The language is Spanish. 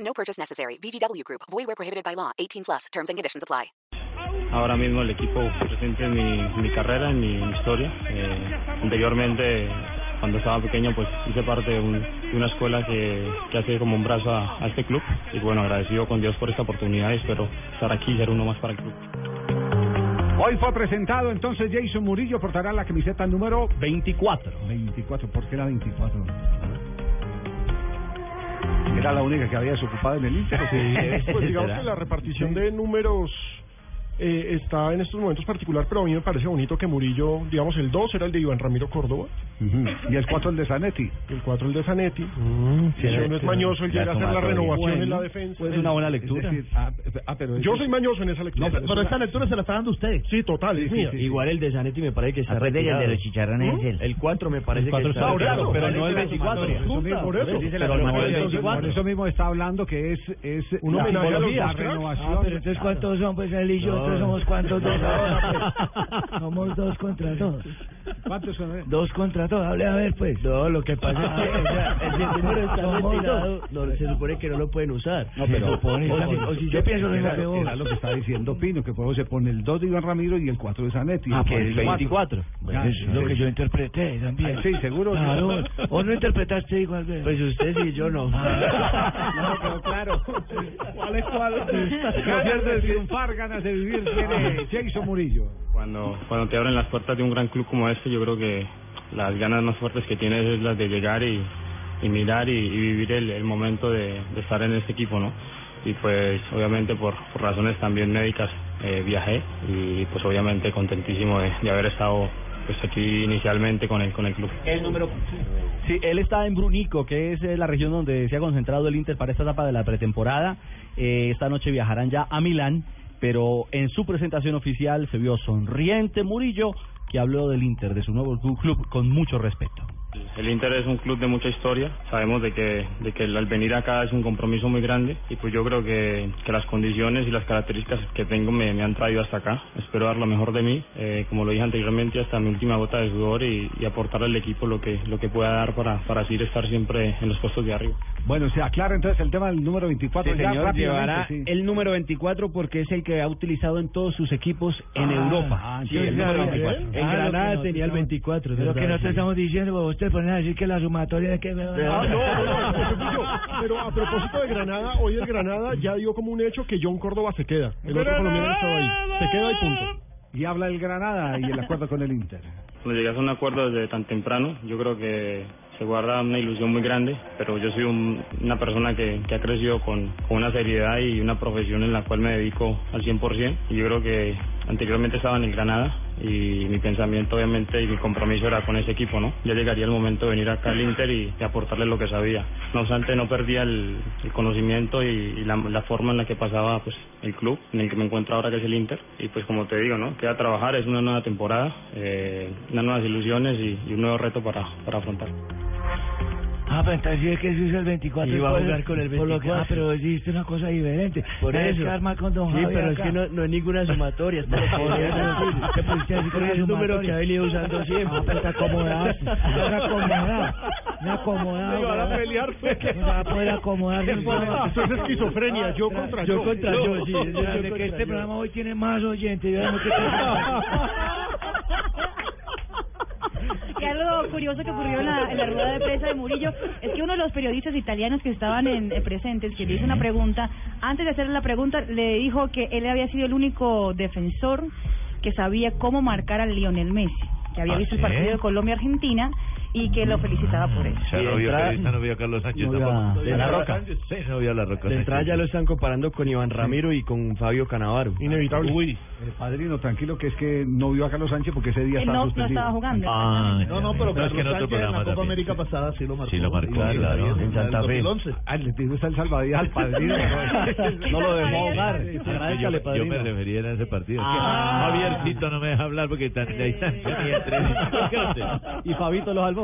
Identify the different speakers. Speaker 1: No purchase necessary. VGW Group. Void where prohibited by law. 18 plus. Terms and conditions apply.
Speaker 2: Ahora mismo el equipo presente en mi, mi carrera, en mi, mi historia. Eh, anteriormente, cuando estaba pequeño, pues hice parte de, un- de una escuela que, que hace como un brazo a, a este club. Y bueno, agradecido con Dios por esta oportunidad y espero estar aquí y ser uno más para el club.
Speaker 3: Hoy fue presentado, entonces Jason Murillo portará la camiseta número 24. 24, ¿por qué la 24? Era la única que había desocupado en el Inter. ¿o qué?
Speaker 4: Pues digamos que la repartición de números eh, está en estos momentos particular, pero a mí me parece bonito que Murillo, digamos, el 2 era el de Iván Ramiro Córdoba,
Speaker 3: Ujú. Y el 4 el de Zanetti.
Speaker 4: el 4 el de Zanetti, y si uno es mañoso, él llega a hacer la renovación en la defensa.
Speaker 2: Pues buena
Speaker 3: pues Es decir, ah, ah, pero es-
Speaker 4: Yo soy mañoso en esa lectura. Es una-
Speaker 2: lectura se la está dando usted.
Speaker 4: Sí, total, es mía.
Speaker 2: Igual el de Zanetti me parece que está retirado.
Speaker 5: de los chicharrones es él.
Speaker 2: ¿Mm? El 4 me parece que está
Speaker 4: está
Speaker 2: retirado,
Speaker 4: retirado,
Speaker 2: pero
Speaker 4: pero
Speaker 2: no el
Speaker 4: es
Speaker 2: 24.
Speaker 4: Por eso.
Speaker 2: Dice la renovación del
Speaker 3: Por
Speaker 2: 24.
Speaker 3: eso mismo está hablando que es, es
Speaker 4: Un
Speaker 3: la
Speaker 4: homenaje a los
Speaker 3: simbología,
Speaker 4: dos cracks.
Speaker 2: Ah,
Speaker 3: renovación.
Speaker 5: entonces cuántos son, pues él y yo,
Speaker 2: No.
Speaker 5: otros somos cuántos dos ahora, pues. Somos dos contra dos.
Speaker 3: ¿Cuántos son? eh?
Speaker 5: Dos contra dos, hable a ver pues. No, lo que pasa es que, o sea,
Speaker 2: Si el número está
Speaker 5: somos dos.
Speaker 2: retirado, no, se supone que no lo pueden usar.
Speaker 3: No, pero
Speaker 5: Se supone,
Speaker 3: o
Speaker 5: o si-
Speaker 3: si-
Speaker 5: o si yo pienso lo mismo
Speaker 3: era,
Speaker 5: que vos.
Speaker 3: era lo que está diciendo Pino, que por eso se pone el 2 de Iván Ramiro y el 4 de Zanetti.
Speaker 5: Ah,
Speaker 3: Que
Speaker 5: pues,
Speaker 3: el
Speaker 5: el
Speaker 3: cuatro.
Speaker 5: Pues
Speaker 3: Ya,
Speaker 5: eso es lo
Speaker 3: sí.
Speaker 5: que yo interpreté también.
Speaker 3: Ay, sí, seguro.
Speaker 5: Claro. ¿O no interpretaste igual? Bebé?
Speaker 2: Pues usted sí, yo no.
Speaker 3: No, pero claro. ¿Cuál es cuál? Ganas de triunfar, ganas de vivir tiene Jason Murillo.
Speaker 2: Cuando, cuando te abren las puertas de un gran club como este, yo creo que las ganas más fuertes que tienes es las de llegar y, y mirar y, y vivir el, el momento de, de estar en este equipo, ¿no? Y pues obviamente por, por razones también médicas eh, viajé y pues obviamente contentísimo de, de haber estado pues aquí inicialmente con el, con el club.
Speaker 6: El número. Sí, él está en Brunico, que es eh, la región donde se ha concentrado el Inter para esta etapa de la pretemporada. Eh, esta noche viajarán ya a Milán, pero en su presentación oficial se vio sonriente Murillo, que habló del Inter, de su nuevo clu- club, con mucho respeto.
Speaker 2: El Inter es un club de mucha historia, sabemos de que, de que el- al venir acá es un compromiso muy grande y pues yo creo que, que las condiciones y las características que tengo me, me han traído hasta acá. Espero dar lo mejor de mí, eh, como lo dije anteriormente, hasta mi última gota de sudor y, y aportar al equipo lo que, lo que pueda dar para, para así estar siempre en los puestos de arriba.
Speaker 3: Bueno, se aclara entonces el tema del número 24. ya rápidamente, sí.
Speaker 6: el número 24 porque es el que ha utilizado en todos sus equipos en
Speaker 5: Ah,
Speaker 6: Europa.
Speaker 3: Sí, el número
Speaker 5: ¿eh?
Speaker 3: 24.
Speaker 6: En Granada tenía el 24.
Speaker 5: Pero que no te estamos diciendo, vos te pones a decir que la sumatoria es que...
Speaker 4: Ah, no, no, no,
Speaker 5: no,
Speaker 4: ese fui yo. Pero a propósito de Granada, hoy el Granada ya dio como un hecho que John Córdoba se queda. El otro colombiano estaba ahí. Se queda y punto.
Speaker 3: Y habla el Granada y el acuerdo con el Inter.
Speaker 2: Cuando llegas a un acuerdo desde tan temprano, yo creo que se guarda una ilusión muy grande, pero yo soy un- una persona que, que ha crecido con, con una seriedad y una profesión en la cual me dedico al 100%. Y yo creo que anteriormente estaba en el Granada y mi pensamiento obviamente y mi compromiso era con ese equipo, ¿no? Ya llegaría el momento de venir acá al Inter y, y aportarle lo que sabía. No obstante, no perdía el, el conocimiento y, y la, la forma en la que pasaba pues el club en el que me encuentro ahora que es el Inter. Y pues como te digo, ¿no? Queda trabajar, es una nueva temporada, eh, unas nuevas ilusiones y, y un nuevo reto para, para afrontar.
Speaker 5: Ah, pero entonces sí es que se usa el 24.
Speaker 2: Y va a
Speaker 5: por-
Speaker 2: jugar con el
Speaker 5: por lo que-
Speaker 2: 24.
Speaker 5: ah, pero dijiste una cosa diferente.
Speaker 2: Por
Speaker 5: Ves
Speaker 2: eso.
Speaker 5: que arma con Don
Speaker 2: Sí,
Speaker 5: Javi
Speaker 2: pero es
Speaker 5: acá.
Speaker 2: que no- no es ninguna sumatoria, es para
Speaker 5: Por
Speaker 2: poder-
Speaker 5: eso, te pusiste pues así con
Speaker 2: Es
Speaker 5: la
Speaker 2: el número que ha venido usando
Speaker 5: sumatoria.
Speaker 2: siempre.
Speaker 5: Ah, pero te acomodaste. Una acomodada. Una acomodada.
Speaker 4: Se van a pelear, pues,
Speaker 5: No
Speaker 4: que-
Speaker 5: se va a poder acomodar.
Speaker 4: Eso es esquizofrenia, yo contra yo.
Speaker 2: Yo contra yo, sí. yo
Speaker 5: Desde que
Speaker 2: contra
Speaker 5: este
Speaker 2: yo.
Speaker 5: programa hoy tiene más oyentes. Yo no sé
Speaker 7: Y algo curioso que ocurrió en la, en la rueda de prensa de Murillo es que uno de los periodistas italianos que estaban en, eh, presentes, que le hizo una pregunta, antes de hacerle la pregunta, le dijo que él había sido el único defensor que sabía cómo marcar a Lionel Messi, que había
Speaker 5: ¿Ah,
Speaker 7: visto el
Speaker 5: sí?
Speaker 7: partido de Colombia-Argentina y que lo felicitaba por eso.
Speaker 3: Ya
Speaker 8: Y
Speaker 3: no
Speaker 8: de
Speaker 3: vio
Speaker 8: entrada-
Speaker 3: periodista, no vio a Carlos Sánchez
Speaker 8: no vio a-
Speaker 3: tampoco.
Speaker 8: de La Roca.
Speaker 3: Sí, no vio a La Roca.
Speaker 2: De entrada ya lo están comparando con Iván Ramiro y con Fabio Canavaro.
Speaker 4: Inevitable.
Speaker 9: Uy, eh, padrino, tranquilo, que es que no vio a Carlos Sánchez porque ese día
Speaker 7: Él
Speaker 9: estaba
Speaker 7: no, no
Speaker 9: suspendido.
Speaker 7: estaba jugando.
Speaker 3: Ah,
Speaker 10: No, no, pero
Speaker 3: es que en otro
Speaker 10: Sánchez en
Speaker 3: programa
Speaker 10: la Copa
Speaker 3: también.
Speaker 10: América pasada sí lo marcó.
Speaker 3: Sí lo marcó, claro.
Speaker 2: En Santa Fe.
Speaker 9: Atletismo está el salvadía al padrino.
Speaker 7: no, no lo dejó ahogar.
Speaker 3: Yo,
Speaker 2: Agradezcale,
Speaker 3: yo me
Speaker 2: padrino.
Speaker 3: refería a ese partido.
Speaker 2: Ah.
Speaker 3: Es que Javiercito no me deja hablar porque está ahí está. Yo tenía tres.
Speaker 8: Y Fabito lo salvó.